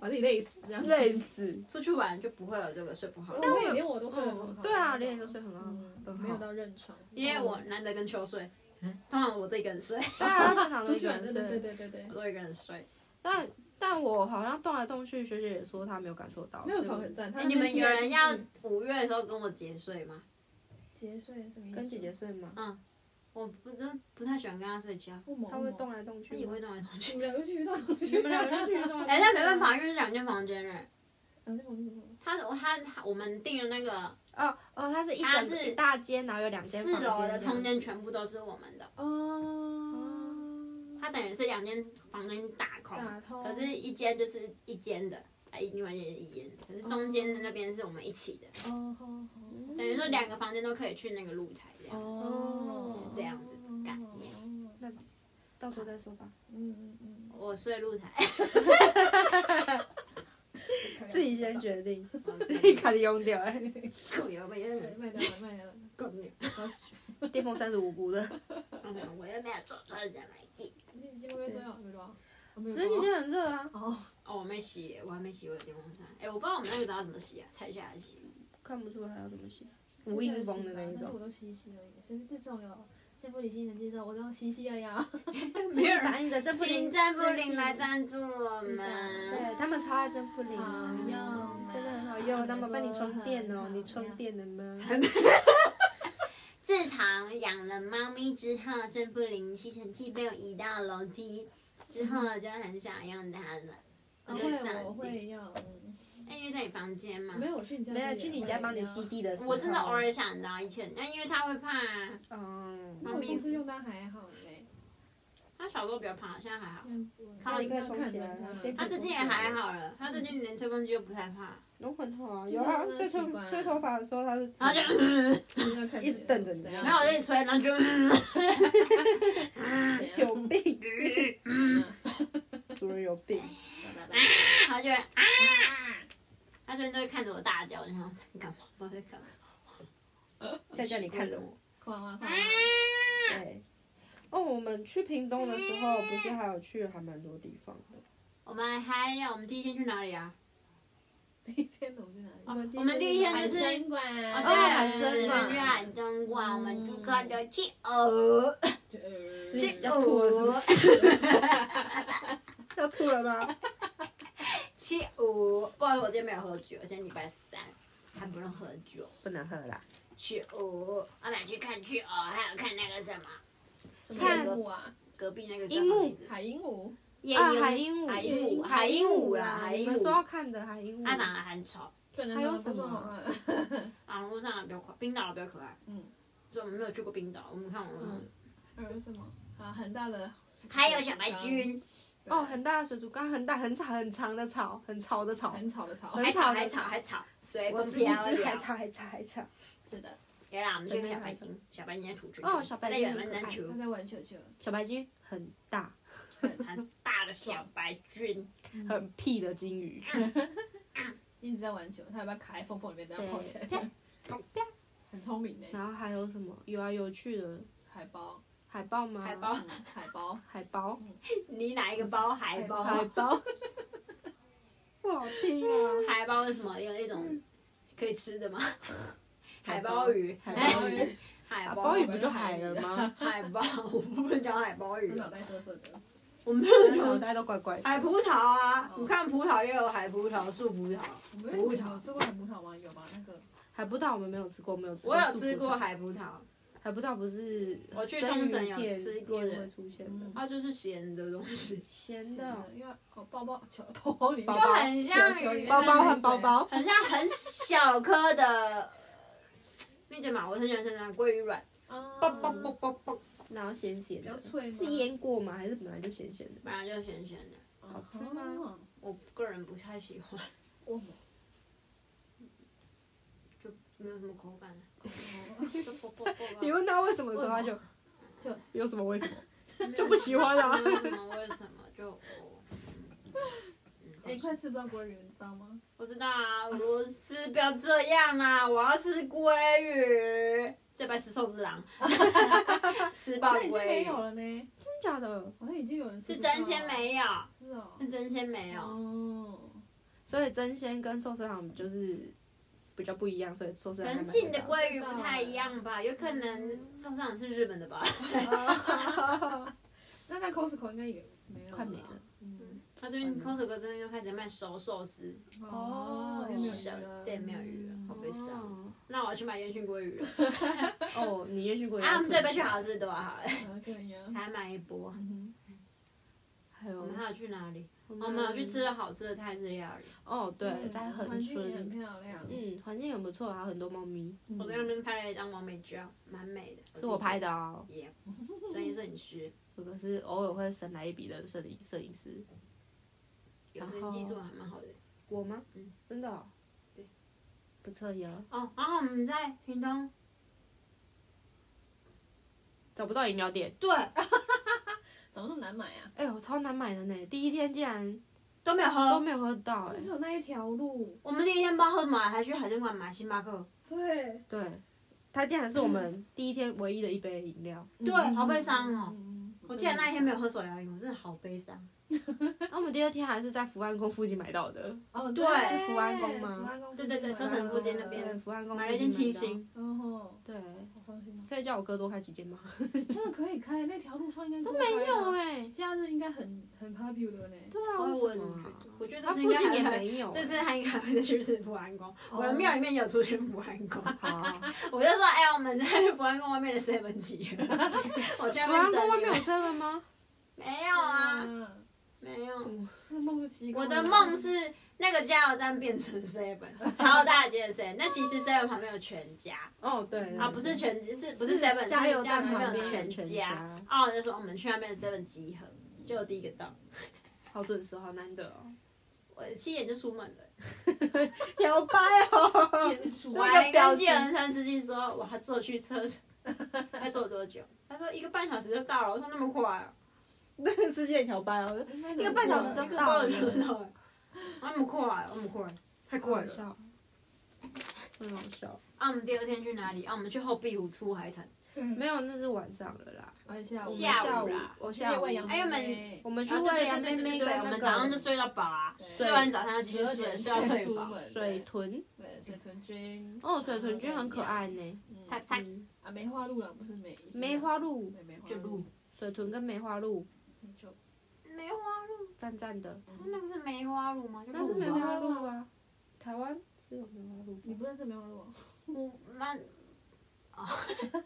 Speaker 3: 把自己累死这样。
Speaker 1: 累死！
Speaker 2: 出去玩就不会有这个睡不好。
Speaker 3: 但我也连我都睡得很好。
Speaker 1: 对啊，连你都睡很好，
Speaker 3: 嗯，没有到认床，
Speaker 2: 因为我难得跟秋睡，通常我都一个人睡，
Speaker 1: 对啊，正 常都
Speaker 3: 嗯出
Speaker 1: 一
Speaker 3: 去
Speaker 1: 个
Speaker 3: 玩，
Speaker 1: 人
Speaker 3: 对对对
Speaker 1: 睡。
Speaker 3: 对对对
Speaker 2: 我，都一个人睡。
Speaker 1: 但但我好像动来动去，学姐也说她没有感受到。
Speaker 3: 没有床
Speaker 1: 所以
Speaker 3: 很赞。
Speaker 2: 哎，你们有人要五月的时候跟我结睡吗？
Speaker 3: 结睡什么意
Speaker 1: 我
Speaker 3: 思？
Speaker 1: 跟姐姐睡吗？
Speaker 2: 我不真不太喜欢跟他睡觉，
Speaker 3: 不猛，
Speaker 1: 她会动来动去
Speaker 2: 他也
Speaker 1: 吗。
Speaker 2: 会弄来弄去。
Speaker 3: 你们两个 去到
Speaker 1: 你们两个就 去动来动去。
Speaker 2: 哎，他没办法，因为是两间房间嘞。
Speaker 3: 然后啊我
Speaker 2: 他他他，我们订的那个
Speaker 1: 哦哦，它是一
Speaker 2: 它
Speaker 1: 整
Speaker 2: 是
Speaker 1: 一大间，然后有两间
Speaker 2: 四楼的
Speaker 1: 空
Speaker 2: 空间全部都是我们的，
Speaker 3: 哦，
Speaker 2: 它等于是两间房间打空，
Speaker 1: 嗯
Speaker 3: 打通，
Speaker 2: 可是一间就是一间的，啊，一另外一间是一间的，可是中间的那边是我们一起的，
Speaker 3: 哦好好
Speaker 1: 嗯
Speaker 2: 等于说两个房间都可以去那个露台这样。
Speaker 3: 哦，
Speaker 2: 是这样子的概念
Speaker 3: 嗯
Speaker 1: 到时候再说吧。
Speaker 3: 嗯嗯，
Speaker 2: 我睡露台，
Speaker 1: 自己先决 定，
Speaker 2: 我
Speaker 1: 自
Speaker 2: 睡
Speaker 1: 己卡的用掉。哎，
Speaker 2: 狗油没有
Speaker 3: 卖掉了，卖掉了，
Speaker 2: 狗油，
Speaker 1: 巅峰三十五步的， 嗯
Speaker 2: 我又没有做错什么事。
Speaker 3: 你你不会说要没装？
Speaker 1: 所以你就很热啊，
Speaker 3: 哦，
Speaker 2: 哦，我没洗耶，我还没洗我的电风扇。哎、我不知道我们那个要怎么洗啊，拆下来洗。
Speaker 1: 看不出来要怎么写，无印风的那一
Speaker 3: 我
Speaker 1: 种。
Speaker 3: 都洗洗而已，所以这种有像玻璃心能知道，我都洗洗而已啊。
Speaker 1: 请你把你的真布
Speaker 2: 请
Speaker 1: 林
Speaker 2: 赞布林来
Speaker 1: 设计
Speaker 2: 赞助我
Speaker 1: 对
Speaker 2: 们。
Speaker 1: 他们超爱真布林，
Speaker 3: 好啊用
Speaker 1: 哦真的很好用。他们帮你充电哦，你充电了吗？
Speaker 2: 自从养了猫咪之后，正负零吸尘器被我移到楼梯之后，就很少用它了。
Speaker 1: 哦
Speaker 2: 我就
Speaker 3: 会哦我
Speaker 2: 扫地，
Speaker 3: 会要，嗯
Speaker 2: 那因为在你房间嘛
Speaker 3: 没。有我去你家，
Speaker 1: 没有去你家帮你吸。地的时候，
Speaker 2: 我真的偶尔想到以前，那因为它会怕啊，
Speaker 1: 嗯，
Speaker 3: 我上次用它还好嘞，
Speaker 2: 它小时候比较怕，现 在还好。
Speaker 1: 那你可以充
Speaker 3: 看
Speaker 1: 起
Speaker 3: 着
Speaker 1: 来啊
Speaker 3: 它。
Speaker 2: 它最近也还好了，它最近连吹风机都不太怕，
Speaker 1: 龙很痛啊，
Speaker 3: 就是
Speaker 1: 有啊
Speaker 3: 他，们
Speaker 1: 在
Speaker 3: 的习
Speaker 1: 吹
Speaker 3: 惯啊
Speaker 1: 吹头发的时候，他就
Speaker 2: 然后就、嗯、
Speaker 1: 一直瞪着你
Speaker 3: 没
Speaker 2: 没有我就一吹，然后就、嗯、
Speaker 1: 有 病，
Speaker 3: 嗯
Speaker 1: 主人有病，
Speaker 2: 然后就啊，它最近都会看着我大叫，然后在干嘛？不知道在干嘛。
Speaker 1: 在家里看着我。
Speaker 3: 狂啊狂啊！
Speaker 1: 对，哦，我们去屏东的时候，不是还有去还蛮多地方的。
Speaker 2: 我们还有，我们第一天去哪里啊？
Speaker 3: 第一天我们去哪里？
Speaker 1: 哦我们
Speaker 2: 我们第一天
Speaker 3: 海
Speaker 2: 就是
Speaker 3: 参馆，
Speaker 2: 哦，对，
Speaker 1: 海参
Speaker 2: 我
Speaker 1: 馆
Speaker 2: 们去海参馆，我们去看的企鹅，
Speaker 3: 呃
Speaker 1: 是
Speaker 2: 企
Speaker 1: 要吐了是
Speaker 2: 鹅
Speaker 1: 不， 要吐了吗？
Speaker 2: 企鹅。不好意思，我今天没有喝酒，今天礼拜三，还不能喝酒。
Speaker 1: 不能喝啦。
Speaker 2: 企鹅，我们去看企鹅，还有看那个什么
Speaker 3: 什么鹦鹉啊？
Speaker 2: 隔壁那个
Speaker 1: 鹦鹉
Speaker 3: 海鹦鹉，
Speaker 2: 夜
Speaker 1: 啊，
Speaker 2: 莺，
Speaker 1: 海鹦鹉，
Speaker 2: 海鹦鹉，嗯海鹦鹉啦，海
Speaker 1: 你
Speaker 2: 鹦
Speaker 1: 们说要
Speaker 2: 鹉。
Speaker 1: 看的海鹦
Speaker 2: 它长
Speaker 1: 鹉，
Speaker 2: 得很丑，
Speaker 3: 对
Speaker 1: 还有什么
Speaker 3: 啊？
Speaker 2: 网络上的比较可，冰岛的比较可爱。
Speaker 3: 嗯，
Speaker 2: 所以我们没有去过冰岛，我们看网络上的。
Speaker 3: 还有什么？啊，很大的
Speaker 2: 还有小白菌，
Speaker 1: 哦，很大的水族缸，很大很长很长的草，很潮的草。
Speaker 3: 很吵的吵，
Speaker 1: 很
Speaker 2: 海草，
Speaker 1: 吵
Speaker 2: 海草，海草，随
Speaker 1: 我
Speaker 2: 风
Speaker 1: 是一只
Speaker 2: 飘
Speaker 1: 海
Speaker 2: 摇。
Speaker 1: 草，海草，海草。
Speaker 3: 是的，
Speaker 2: 有啦，我们去看小白
Speaker 1: 真
Speaker 2: 鲸，小白鲸在吐球球，
Speaker 1: 哦小白鲸
Speaker 2: 在有
Speaker 1: 很
Speaker 2: 人
Speaker 1: 可爱
Speaker 2: 在球
Speaker 3: 他，在玩球球，
Speaker 1: 小白鲸很大，
Speaker 2: 很大的小白鲸，
Speaker 1: 很屁的金鱼。
Speaker 3: 嗯一直在玩球，他要把卡在缝缝里面，这样
Speaker 2: 嗯
Speaker 3: 跑起来，很聪明呢。
Speaker 1: 然后还有什么有来有去的
Speaker 3: 海豹，
Speaker 1: 海豹吗？
Speaker 2: 海豹，
Speaker 3: 嗯海 豹，
Speaker 1: 海豹，
Speaker 2: 你哪一个包海包？
Speaker 1: 海豹， 不好听啊！
Speaker 2: 海包是什么？有一种可以吃的 吗？海
Speaker 1: 海
Speaker 2: 包
Speaker 1: 包
Speaker 2: 鱼，
Speaker 1: 海
Speaker 2: 哎
Speaker 3: 然
Speaker 1: 豹
Speaker 3: 后
Speaker 1: 鱼，
Speaker 2: 海
Speaker 1: 海
Speaker 2: 包
Speaker 1: 豹鱼
Speaker 2: 鱼，
Speaker 1: 不就海了 吗？
Speaker 2: 海包，我不能讲海包鱼
Speaker 3: 他脑，
Speaker 2: 了
Speaker 3: 袋涩涩的，
Speaker 2: 我没有
Speaker 1: 脑
Speaker 2: 讲
Speaker 1: 袋都怪怪的。
Speaker 2: 海葡萄啊
Speaker 3: 哦，
Speaker 2: 你看葡萄也有海葡萄、树葡萄，
Speaker 3: 我们有有吃过海葡萄吗？有吗？那个
Speaker 1: 海葡萄我们没有吃过，没有吃过
Speaker 2: 我
Speaker 1: 树葡萄。
Speaker 2: 有吃过海葡萄，
Speaker 1: 海葡萄，不是
Speaker 2: 我去冲绳有
Speaker 1: 生鱼片
Speaker 2: 吃过的
Speaker 1: 片会出现的
Speaker 3: 嗯
Speaker 2: 它就是咸的东西，
Speaker 1: 咸
Speaker 3: 真
Speaker 1: 的
Speaker 3: 的，因为哦，包包球包包里面
Speaker 1: 包
Speaker 2: 就
Speaker 1: 包
Speaker 2: 很像
Speaker 3: 球球里面
Speaker 1: 包包换包包，
Speaker 2: 很像很小颗的， 那叫嘛？我很喜欢吃那种鲑鱼卵，
Speaker 3: 啊
Speaker 2: 啵啵啵啵啵，
Speaker 1: 然后咸咸
Speaker 3: 比较
Speaker 1: 的，
Speaker 3: 脆吗？
Speaker 1: 是腌过吗？还是本来就咸咸的？
Speaker 2: 本来就咸咸的，
Speaker 3: 好
Speaker 1: 好吃吗？
Speaker 2: 我个人不太喜欢，
Speaker 3: 我
Speaker 2: 没有什么口感。
Speaker 1: 你问他为什么的时候，他就
Speaker 3: 就
Speaker 1: 有什么为什么？
Speaker 2: 就
Speaker 1: 不喜欢啊
Speaker 2: 为什么？为什么？就我
Speaker 3: 哎，快吃不到鲑鱼，你知道吗？
Speaker 2: 我知道啊，螺丝不要这样啦，我要吃鲑鱼，这边吃寿 司郎，吃爆
Speaker 3: 那已经没有
Speaker 2: 鲑鱼。
Speaker 3: 了呢，
Speaker 1: 真假的？
Speaker 3: 好像已经有人吃
Speaker 2: 是
Speaker 3: 不到了
Speaker 2: 真鲜？没有，
Speaker 3: 是哦，
Speaker 2: 是真鲜没有。
Speaker 3: 哦，
Speaker 1: 所以真鲜跟寿司郎就是比较不一样，所以寿司郎还
Speaker 2: 人
Speaker 1: 蛮
Speaker 2: 进的
Speaker 1: 味道
Speaker 2: 鲑鱼不太一样吧？
Speaker 3: 啊
Speaker 2: 有可能寿司郎是日本的吧？
Speaker 3: 那在 Costco 应该也没有了，
Speaker 1: 快没了。
Speaker 3: 嗯，
Speaker 2: 他最近 Costco 最近又开始卖熟寿司，
Speaker 1: 哦
Speaker 3: 也没有鱼
Speaker 2: 熟
Speaker 3: 了
Speaker 2: 对没有鱼了，好悲伤。
Speaker 1: 哦
Speaker 2: 那我要去买烟熏鲑鱼了。
Speaker 1: 哦，你也去过？
Speaker 2: 啊，我们这边去好吃多好了，
Speaker 3: 啊可以啊，
Speaker 2: 才买一波。
Speaker 3: 嗯
Speaker 1: 还
Speaker 2: 我
Speaker 1: 有嗯
Speaker 2: 们还有去哪里？
Speaker 1: 我
Speaker 2: 我们有去吃了好吃的泰式料理。
Speaker 1: 哦，
Speaker 3: 哼
Speaker 1: 对，在
Speaker 3: 嗯
Speaker 1: 恒
Speaker 3: 环境也很
Speaker 1: 春，
Speaker 3: 漂亮，
Speaker 1: 嗯，环境很不错，还有很多猫咪，
Speaker 3: 嗯
Speaker 2: 我跟他们拍了一张完美照，蛮美的。
Speaker 1: 是我拍的哦，
Speaker 2: 自己拍的，专业摄影师，
Speaker 1: 我可是偶尔会省来一笔的摄影摄影师。
Speaker 2: 有些技术还蛮好的。
Speaker 1: 我吗？
Speaker 2: 嗯，
Speaker 1: 真的、哦。
Speaker 2: 对，
Speaker 1: 不错哟。
Speaker 2: 哦，然后我们在屏东，
Speaker 1: 找不到饮料店，
Speaker 2: 对，
Speaker 3: 怎么那么难买啊？
Speaker 1: 哎、我超难买的呢。第一天竟然
Speaker 2: 都没有
Speaker 1: 都
Speaker 2: 喝。
Speaker 1: 没有喝到、
Speaker 3: 是
Speaker 1: 哎
Speaker 3: 不是，有那一条路？
Speaker 2: 我们第一天不知道喝嘛，还去海参馆买星巴克，
Speaker 3: 对，
Speaker 1: 对，它竟然是我们第一天唯一的一杯饮料。
Speaker 2: 对好悲伤哦
Speaker 3: 嗯。嗯嗯
Speaker 2: 我记得那一天没有喝手摇饮，我真的好悲伤。
Speaker 1: 那我们第二天还是在福安宫附近买到的，
Speaker 3: 哦，
Speaker 2: 对
Speaker 1: 是福安宫吗
Speaker 3: 福安宫嗯
Speaker 2: 对对对车城
Speaker 1: 附
Speaker 2: 近那
Speaker 1: 对，
Speaker 2: 边
Speaker 1: 福安宫
Speaker 2: 买了一件
Speaker 1: 附
Speaker 2: 清
Speaker 1: 近买
Speaker 2: 新，
Speaker 3: 哦，
Speaker 1: 到。对，
Speaker 3: 好伤心哦！
Speaker 1: 可以叫我哥多开几间吗？
Speaker 3: 真的可以开，那条路上应该都没
Speaker 1: 没有，哎，
Speaker 3: 啊
Speaker 2: 欸
Speaker 3: 假日应该很很 popular 呢。
Speaker 1: 对啊，
Speaker 2: 我
Speaker 1: 为
Speaker 2: 也
Speaker 1: 什
Speaker 2: 觉
Speaker 1: 么
Speaker 2: 得
Speaker 1: 啊？，
Speaker 2: 我觉得
Speaker 1: 它
Speaker 2: 这次
Speaker 1: 附
Speaker 2: 应该
Speaker 1: 近也
Speaker 2: 还会
Speaker 1: 没有欸。
Speaker 2: 这次他应该会去是福安宫，
Speaker 3: 哦
Speaker 2: 我的庙里面有出现福安宫，
Speaker 1: 好 啊，
Speaker 2: 我就说，哎、呀，我们在福安宫外面的 seven 集合， 我去那
Speaker 1: 福安
Speaker 2: 边等
Speaker 1: 宫外
Speaker 2: 你
Speaker 1: 面有
Speaker 2: 们
Speaker 1: seven 吗？
Speaker 2: 没有啊，
Speaker 3: 嗯，
Speaker 2: 没有。
Speaker 3: 那梦就奇怪
Speaker 2: 我
Speaker 3: 了
Speaker 2: 的梦 是那个加油站变成 seven，超大街的 seven，那其实 seven 旁边有全家，
Speaker 1: 哦，对，对
Speaker 2: 啊，
Speaker 1: 对
Speaker 2: 不是全是不
Speaker 1: 是
Speaker 2: 是 seven，
Speaker 1: 加油站
Speaker 2: 旁边
Speaker 3: 旁
Speaker 2: 有
Speaker 3: 边
Speaker 1: 有全
Speaker 2: 家
Speaker 1: 家。
Speaker 2: 哦，我就说我们去那边的 seven 集合，就我第一个到，
Speaker 1: 好准时，好难得 哦，
Speaker 2: 我七点就出门了。
Speaker 1: 摇摆哦。
Speaker 3: 天书
Speaker 2: 我
Speaker 1: 那个
Speaker 2: 还
Speaker 1: 表
Speaker 2: 跟
Speaker 1: 情
Speaker 2: 计程车司机说，我还坐去车程，要坐多久？他说一个半小时就到了。我说那么快啊？
Speaker 1: 那个司机很摇摆哦，
Speaker 3: 一
Speaker 1: 一个半小时
Speaker 2: 一
Speaker 1: 就
Speaker 2: 个
Speaker 1: 到
Speaker 2: 半
Speaker 1: 了，
Speaker 2: 小时就到了，那么快啊，那么快，太快
Speaker 1: 好
Speaker 2: 了。
Speaker 1: 笑，很好笑。
Speaker 2: 啊，我们第二天去哪里？啊，我们去后壁湖出海产。
Speaker 1: 没有，那是晚上了啦，
Speaker 3: 哎下
Speaker 1: 我们
Speaker 2: 下午
Speaker 1: 下午
Speaker 2: 啦，
Speaker 1: 我下午
Speaker 3: 喂羊
Speaker 2: 哎我们
Speaker 1: 我们去
Speaker 2: 啊对
Speaker 1: 喂
Speaker 2: 对
Speaker 1: 羊
Speaker 2: 对
Speaker 1: 妹
Speaker 2: 对对
Speaker 1: 妹跟
Speaker 2: 对对，我
Speaker 1: 那
Speaker 2: 们早上就
Speaker 1: 个
Speaker 2: 睡到饱，
Speaker 3: 对
Speaker 2: 吃完早餐要继
Speaker 3: 十
Speaker 2: 续
Speaker 3: 二
Speaker 2: 睡，
Speaker 3: 点
Speaker 2: 睡到睡
Speaker 3: 出
Speaker 2: 饱。
Speaker 3: 门，
Speaker 1: 水豚。
Speaker 3: 对水豚君，
Speaker 1: 哦，水豚君很可爱呢。
Speaker 3: 嗯
Speaker 2: 菜菜
Speaker 1: 嗯
Speaker 3: 啊梅花鹿了，不是梅
Speaker 1: 梅花鹿，
Speaker 3: 对梅花
Speaker 2: 就录，
Speaker 1: 水豚跟梅花鹿，
Speaker 3: 就
Speaker 2: 梅花鹿，
Speaker 1: 赞赞的。
Speaker 2: 啊那个是梅花鹿吗？就
Speaker 1: 那是
Speaker 2: 鹿
Speaker 1: 梅
Speaker 2: 吧
Speaker 1: 花鹿啊，台湾是有梅花鹿
Speaker 3: 你
Speaker 1: 吧。
Speaker 3: 不认识梅花 鹿？啊
Speaker 2: 我那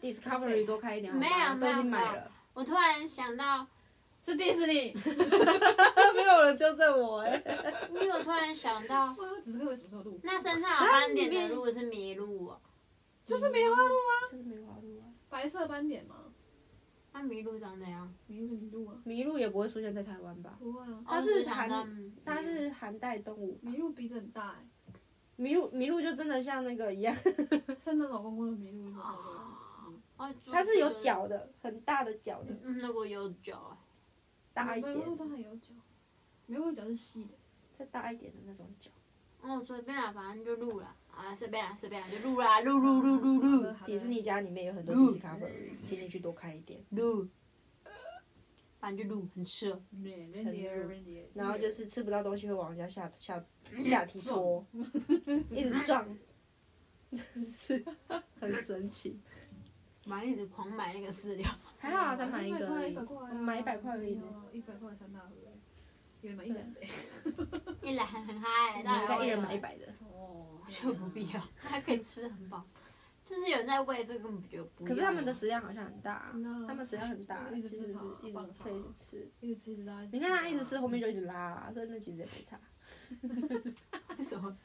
Speaker 1: Discovery 多看一点好吗，
Speaker 2: 没有
Speaker 1: 都已经
Speaker 2: 没有
Speaker 1: 买了，
Speaker 2: 我突然想到，
Speaker 3: 是迪士 尼。
Speaker 1: 没有人纠正我哎。
Speaker 2: 因为我突然想到，
Speaker 3: 哇，我只是为什么说鹿？
Speaker 2: 那深上有斑点的鹿是麋鹿哦，
Speaker 3: 就是梅花鹿啊，
Speaker 1: 就是梅花鹿啊，
Speaker 3: 白色斑点嘛，
Speaker 2: 那麋鹿长怎样？
Speaker 3: 麋鹿是麋鹿啊，
Speaker 1: 麋鹿也不会出现在台湾吧？
Speaker 3: 不会啊，
Speaker 1: 它是
Speaker 2: 哦我只想到
Speaker 1: 它是寒带动物，
Speaker 3: 麋鹿鼻子很大哎，
Speaker 1: 麋鹿麋鹿就真的像那个一样，
Speaker 3: 圣诞老公公的麋鹿是什么？
Speaker 2: 嗯哦，猪
Speaker 1: 它是有。角的，很大的角的，
Speaker 2: 嗯，那个有脚哎，
Speaker 1: 大一
Speaker 3: 梅花
Speaker 1: 点，
Speaker 3: 鹿都还有脚，梅花鹿脚是细的，
Speaker 1: 再大一点的那种角。
Speaker 2: 哦，随便啦，反正就录啦，啊，随便啦，随便啦，就录啦，录录录录录
Speaker 1: 迪士尼家里面有很多
Speaker 2: 鹿
Speaker 1: Discovery，请你去多看一点。
Speaker 2: 录，反正就录，很适合。
Speaker 3: ，reindeer reindeer，
Speaker 1: 然后就是吃不到东西会往人家下下下体戳，一直撞，真 是很神奇。
Speaker 2: 玛丽一直狂买那个饲料，
Speaker 1: 还好啊，再买一个而
Speaker 3: 一
Speaker 1: 已
Speaker 3: 百，块，
Speaker 1: 买一百块而已呢。
Speaker 3: 一百块三大盒，以为买一两杯，
Speaker 2: 一来很很嗨，
Speaker 1: 我们
Speaker 2: 大
Speaker 1: 应
Speaker 2: 家
Speaker 1: 该一人买一，百的。
Speaker 3: 哦，
Speaker 2: 就不必要，它可以吃很饱。就是有人在喂，这个根本就不要。
Speaker 1: 可是他们的食量好像很大啊
Speaker 3: 嗯，
Speaker 1: 他们食量很大，
Speaker 3: 一
Speaker 1: 其
Speaker 3: 直
Speaker 1: 实
Speaker 3: 吃
Speaker 1: 是
Speaker 3: 草
Speaker 2: 啊
Speaker 1: 一直
Speaker 3: 放草
Speaker 1: 可以一直吃。
Speaker 3: 一直吃一直拉，
Speaker 1: 你看他一直吃，后面就一直拉啊，所以那其实也没差。
Speaker 2: 为什么？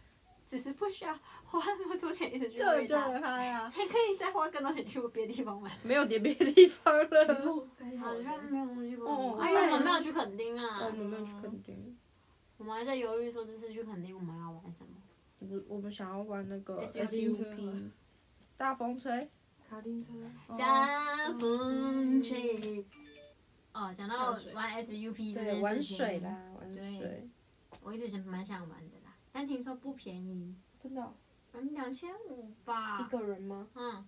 Speaker 2: 只是不需要花那么多钱一直去
Speaker 1: 救
Speaker 2: 喂
Speaker 1: 了救
Speaker 2: 它，
Speaker 1: 了他呀！
Speaker 2: 还可以再花更多钱去别的地方买。
Speaker 1: 没有点别的地方了。
Speaker 3: 好
Speaker 2: 好像没有东西可以
Speaker 1: 哦
Speaker 2: 哎
Speaker 1: 对
Speaker 2: 呀，我们没有去垦丁
Speaker 1: 我
Speaker 2: 啊，
Speaker 1: 们没有去垦丁，
Speaker 2: 我们还在犹豫说这次去垦丁我们要玩什么。
Speaker 1: 我们我们想要玩那个
Speaker 3: SUP
Speaker 1: SUP 大风吹。
Speaker 3: 卡丁车，
Speaker 1: 哦
Speaker 2: 大风吹。哦，讲到
Speaker 3: 跳水
Speaker 2: 玩 SUP 这件事
Speaker 1: 对，
Speaker 2: 情，
Speaker 1: 玩水，啦，玩
Speaker 2: 对
Speaker 1: 水，
Speaker 2: 我一直想蛮想玩的啦，但听说不便宜，
Speaker 1: 真的哦
Speaker 2: 嗯，两千五
Speaker 1: 一
Speaker 2: 吧，
Speaker 1: 个人吗？
Speaker 2: 嗯，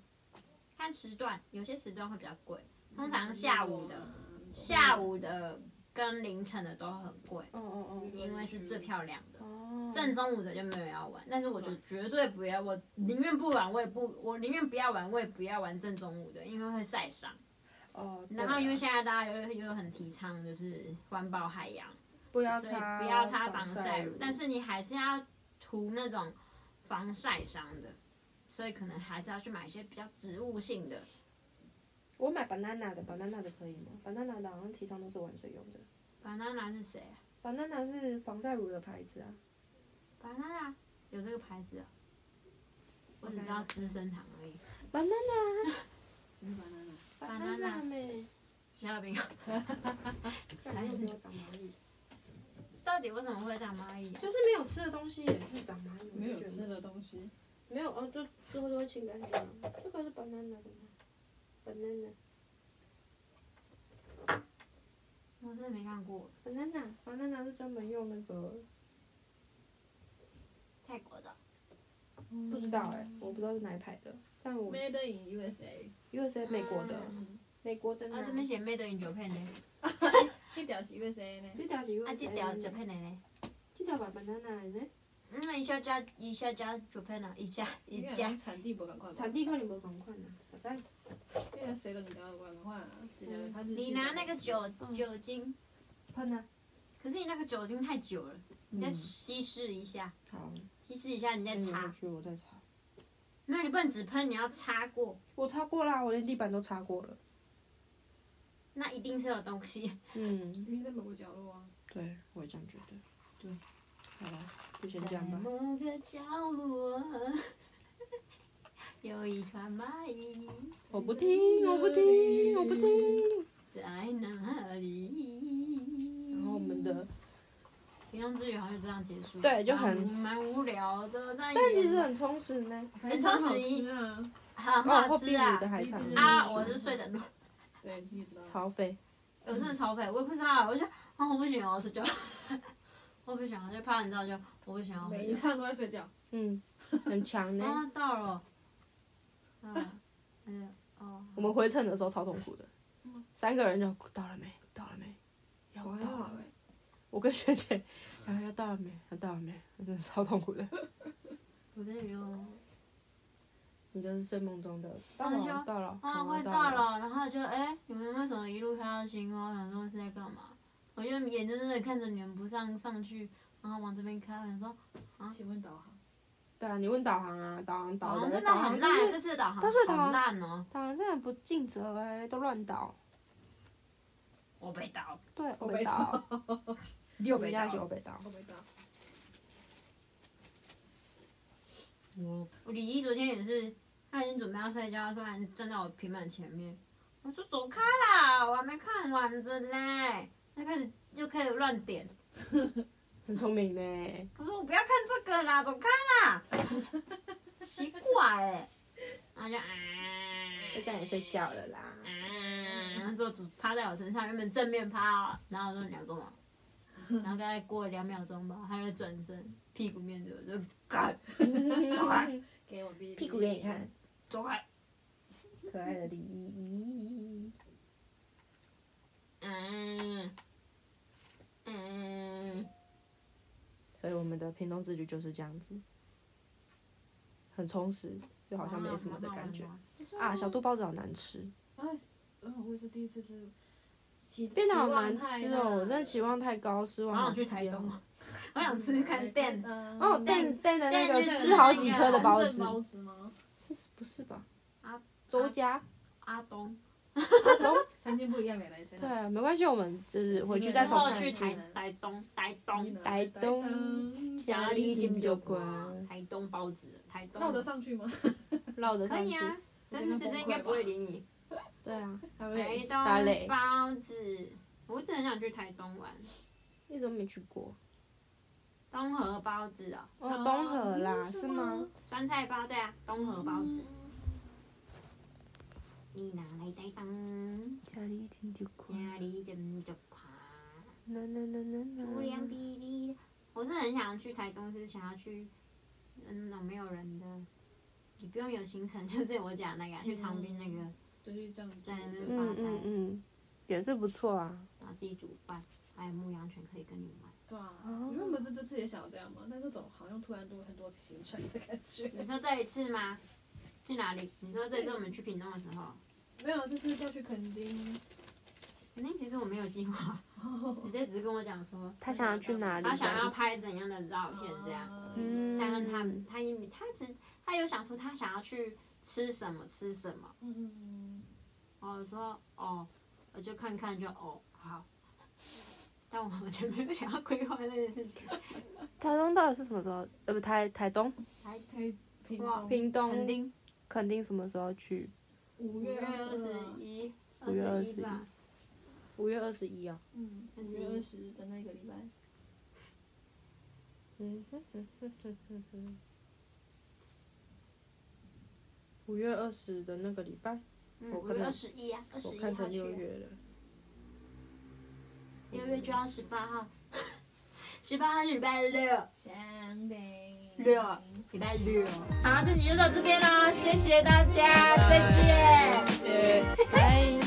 Speaker 2: 看时段，有些时段会比较贵，
Speaker 3: 嗯
Speaker 2: 通常下午的、下午的跟凌晨的都很贵，
Speaker 1: 哦哦
Speaker 2: 因为是最漂亮的
Speaker 1: 哦，。哦，
Speaker 2: 正中午的就没有要玩，但是我就绝对不要，我宁愿不玩，我也不，我宁愿不要玩，我也不要玩正中午的，因为会晒伤。
Speaker 1: 哦，对啊
Speaker 2: 然后因为现在大家又又很提倡就是环保海洋，
Speaker 1: 不要
Speaker 2: 所以
Speaker 1: 擦
Speaker 2: 不要擦防
Speaker 1: 晒
Speaker 2: 晒乳，但是你还是要涂那种防晒伤的，所以可能还是要去买一些比较植物性的。
Speaker 1: 我买 banana 的，banana 的可以吗？banana 的好像提倡都是玩水用的
Speaker 2: banana 是谁啊
Speaker 1: ，banana 是防晒乳的牌子啊。
Speaker 2: ？banana 有这个牌子啊？我只知道资生堂而已。
Speaker 1: banana
Speaker 3: 什么 banana？
Speaker 2: Banana
Speaker 1: 妹，
Speaker 2: 徐小兵，
Speaker 1: 感觉没有长蚂蚁，
Speaker 2: 到底为什么会长蚂蚁啊？
Speaker 1: 就是没有吃的东西也是长蚂蚁，
Speaker 3: 没有
Speaker 1: 我就觉得
Speaker 3: 吃的东西，
Speaker 1: 没有哦，就最后都会清干净啊。这个是 banana 的吗？banana
Speaker 2: 我真的没看过
Speaker 1: banana banana 是专门用那个
Speaker 2: 泰国的。
Speaker 1: 欸不知道哎、我不知道是哪一排的，但我
Speaker 3: Made in USA，
Speaker 1: USA 美国的，
Speaker 2: 嗯
Speaker 1: 美国的
Speaker 2: 啊，
Speaker 1: 奶
Speaker 2: 这。边写 Made in Japan 呢，
Speaker 3: 这条是 USA 呢？
Speaker 1: 这条是
Speaker 2: 啊，这条 Japan 的呢，
Speaker 1: 这条爸爸奶奶呢？
Speaker 2: 嗯，一下加一下加 Japan 啊，一下一
Speaker 3: 你
Speaker 2: 下
Speaker 3: 讲产地不赶快吧
Speaker 1: 产？地可能无同款啊，我知。
Speaker 3: 这个谁都你讲文化啊，这个它是
Speaker 2: 你拿那个酒
Speaker 1: 嗯
Speaker 2: 酒精，
Speaker 1: 喷啊！
Speaker 2: 可是你那个酒精太久了，你再
Speaker 1: 嗯
Speaker 2: 稀释一下，
Speaker 1: 好，
Speaker 2: 稀释一下你再
Speaker 1: 那你回
Speaker 2: 擦。
Speaker 1: 去我再擦。
Speaker 2: 没有，你不能只喷，你要擦过，
Speaker 1: 我擦过啦，我连地板都擦过了。
Speaker 2: 那一定是有 东西。
Speaker 1: 嗯，
Speaker 3: 你在某个角落啊，
Speaker 1: 对，我也这样觉得。对，好了，就先这样吧
Speaker 2: 在。某个角落，有一团蚂蚁
Speaker 1: 我不听，我不听，我不听。
Speaker 2: 在哪里？
Speaker 1: 然后我们的，
Speaker 2: 平常之旅好像就这样结束，
Speaker 1: 对就很
Speaker 2: 嗯蛮无聊的，但
Speaker 1: 但
Speaker 2: 也
Speaker 1: 其实很充实呢。
Speaker 3: 很
Speaker 2: 超
Speaker 3: 好
Speaker 2: 时宜
Speaker 3: 吃啊！
Speaker 2: 很
Speaker 1: 哦，
Speaker 2: 好
Speaker 1: 后
Speaker 2: 吃
Speaker 1: 壁
Speaker 2: 啊
Speaker 1: 炉的！海产
Speaker 3: 嗯
Speaker 2: 啊，
Speaker 3: 是
Speaker 2: 我是睡着了，
Speaker 3: 对，你也知道。
Speaker 1: 超肥。
Speaker 2: 我真的超肥，我也不知道，我就啊我不行，我睡觉， 我不行，哦我就怕你知道就我不行，我不
Speaker 3: 每一
Speaker 2: 行。
Speaker 3: 趟都在睡觉，
Speaker 1: 嗯，很强呢。
Speaker 2: 啊，到了，啊， 嗯，哦，
Speaker 1: 我们回程的时候超痛苦的
Speaker 3: 嗯，
Speaker 1: 三个人就到了没？到了没？要
Speaker 3: 我还
Speaker 1: 到了
Speaker 3: 好
Speaker 1: 没？
Speaker 3: 哎。
Speaker 1: 我跟学姐，然后要到了没？要到了没？真的超痛苦的。
Speaker 2: 我真的没有，
Speaker 1: 你就是睡梦中的，
Speaker 2: 我
Speaker 1: 到
Speaker 2: 就
Speaker 1: 了，到了，
Speaker 2: 啊，
Speaker 1: 好
Speaker 2: 快
Speaker 1: 到
Speaker 2: 到。了，然后就哎，你们为什么一路看到星空？我想说是在干嘛？我就眼睁睁的看着你们不上上去，然后往这边开，我想说
Speaker 3: 请问导航？
Speaker 1: 对啊，你问导航啊，导航导
Speaker 2: 导
Speaker 1: 航
Speaker 2: 航哦真的
Speaker 1: 导航
Speaker 2: 很
Speaker 1: 真
Speaker 2: 烂，
Speaker 1: 是
Speaker 2: 这次的导航
Speaker 1: 但是导航
Speaker 2: 好烂哦，
Speaker 1: 导航真的不尽责哎、都乱导。
Speaker 2: 我被导，
Speaker 1: 对，
Speaker 3: 我
Speaker 1: 我
Speaker 3: 被
Speaker 1: 被导，
Speaker 2: 又
Speaker 1: 人
Speaker 2: 被
Speaker 1: 家
Speaker 2: 导
Speaker 1: 是。我被导。
Speaker 3: 我没到。
Speaker 2: 我李毅昨天也是，他已经准备要睡觉，突然站在我平板前面，我说走开啦，我还没看完的嘞。他开始就开始乱点，
Speaker 1: 很聪明呢、
Speaker 2: 我说我不要看这个啦，走开啦， 奇怪哎、然后就啊，
Speaker 1: 就叫你睡觉了啦。
Speaker 2: 啊，然后就只趴在我身上，原本正面趴哦，然后我说你要干嘛？然后大概过了两秒钟吧，他就转身，屁股面对我，就干 走开，
Speaker 3: 给我屁
Speaker 1: 屁股给你，看，
Speaker 2: 走开。
Speaker 1: 可爱的李依依。
Speaker 2: 嗯嗯，
Speaker 1: 所以我们的屏东之旅就是这样子，很充实，又好像没什么的感觉啊。小
Speaker 3: 杜。
Speaker 1: 肚包子好难吃，
Speaker 3: 嗯，我也是第一次吃。
Speaker 1: 变
Speaker 3: 变
Speaker 1: 得好难吃哦！我真的期望太高，失
Speaker 2: 我
Speaker 1: 望。
Speaker 2: 想去台东，我想吃看店。
Speaker 1: 哦，
Speaker 3: 哦
Speaker 1: 蛋蛋的那个
Speaker 2: 蛋
Speaker 1: 吃好几颗的包
Speaker 3: 正
Speaker 1: 子，
Speaker 3: 包子吗？
Speaker 1: 是不是吧？
Speaker 2: 啊，
Speaker 1: 周家，
Speaker 2: 阿东，
Speaker 3: 餐厅不一样，没来吃。
Speaker 1: 对，啊没关系，我们就是回去再
Speaker 2: 之
Speaker 1: 重
Speaker 2: 后
Speaker 1: 看
Speaker 2: 去
Speaker 1: 一次。
Speaker 2: 台台东，台东，
Speaker 1: 台东
Speaker 2: 家里金酒馆，台东包子，台东
Speaker 3: 那我得上去吗？
Speaker 1: 绕着
Speaker 2: 可
Speaker 1: 上
Speaker 2: 以
Speaker 1: 去。
Speaker 2: 啊，但是姐姐应该不会理你。
Speaker 1: 对啊，他们
Speaker 2: 台
Speaker 1: 也打
Speaker 2: 东
Speaker 1: 雷，
Speaker 2: 包子，我真的很想去台东玩。
Speaker 1: 一直都没去过。
Speaker 2: 东河包子啊，
Speaker 1: 哦，东河啦，是吗？？
Speaker 2: 酸菜包对啊，东河包子。你拿来台东，
Speaker 1: 家里金酒
Speaker 2: 家里金酒馆。
Speaker 1: 啦啦啦啦
Speaker 2: 无良哔哔，我是很想去台东，是想要去嗯那种没有人的，你不用有行程， 就是我讲那个啊去长滨那个，
Speaker 3: 就是这样子。
Speaker 1: 嗯嗯嗯，也是不错啊。
Speaker 2: 然后自己煮饭，还有牧羊犬可以跟你玩。
Speaker 3: 对啊，你们不是这次也想要这样吗？但这种好像突然多很多行程的感觉。
Speaker 2: 你说这一次吗？去哪里？你说这次我们去屏东的时候，
Speaker 3: 没有，这次要去垦丁。
Speaker 2: 那其实我没有计划，姐姐只是跟我讲说，
Speaker 1: 他想要去哪里？
Speaker 2: 她想要拍怎样的照片这样。
Speaker 1: 嗯，
Speaker 3: 嗯
Speaker 2: 但是他们，他因他只他有想说他想要去吃什么吃什么，
Speaker 3: 嗯
Speaker 2: 然后我说哦，我就看看就哦好， 但我完全没有想要规划这件事情。
Speaker 1: 台东到底是什么时候？呃，不，台台东、
Speaker 2: 台
Speaker 3: 嗯，屏
Speaker 2: 哇
Speaker 3: 东
Speaker 1: 屏
Speaker 2: 肯
Speaker 1: 东、
Speaker 2: 定
Speaker 1: 垦丁什么时候去？
Speaker 3: 五
Speaker 2: 五
Speaker 3: 月
Speaker 2: 月二
Speaker 3: 二
Speaker 2: 十
Speaker 3: 十，
Speaker 2: 一，
Speaker 1: 五月
Speaker 2: 二
Speaker 1: 二
Speaker 2: 十
Speaker 1: 十
Speaker 2: 一
Speaker 1: 一
Speaker 2: 吧，
Speaker 1: 五月二十一啊。
Speaker 3: 嗯，五月二十的那个礼拜。
Speaker 1: 嗯哼哼哼哼哼嗯哼。五月二十的那个礼拜，
Speaker 2: 嗯，
Speaker 1: 我
Speaker 2: 五
Speaker 1: 看
Speaker 2: 月
Speaker 1: 到
Speaker 2: 二十一啊，二十
Speaker 1: 我
Speaker 2: 一
Speaker 1: 看
Speaker 2: 号
Speaker 1: 成
Speaker 2: 去
Speaker 1: 六
Speaker 2: 啊，
Speaker 1: 月了。嗯
Speaker 2: 六月就要十八号，十八号是礼拜六，
Speaker 3: 香槟。
Speaker 2: 六礼拜六。好，这集就到这边喽，谢谢大家，再见。
Speaker 1: 谢谢，拜。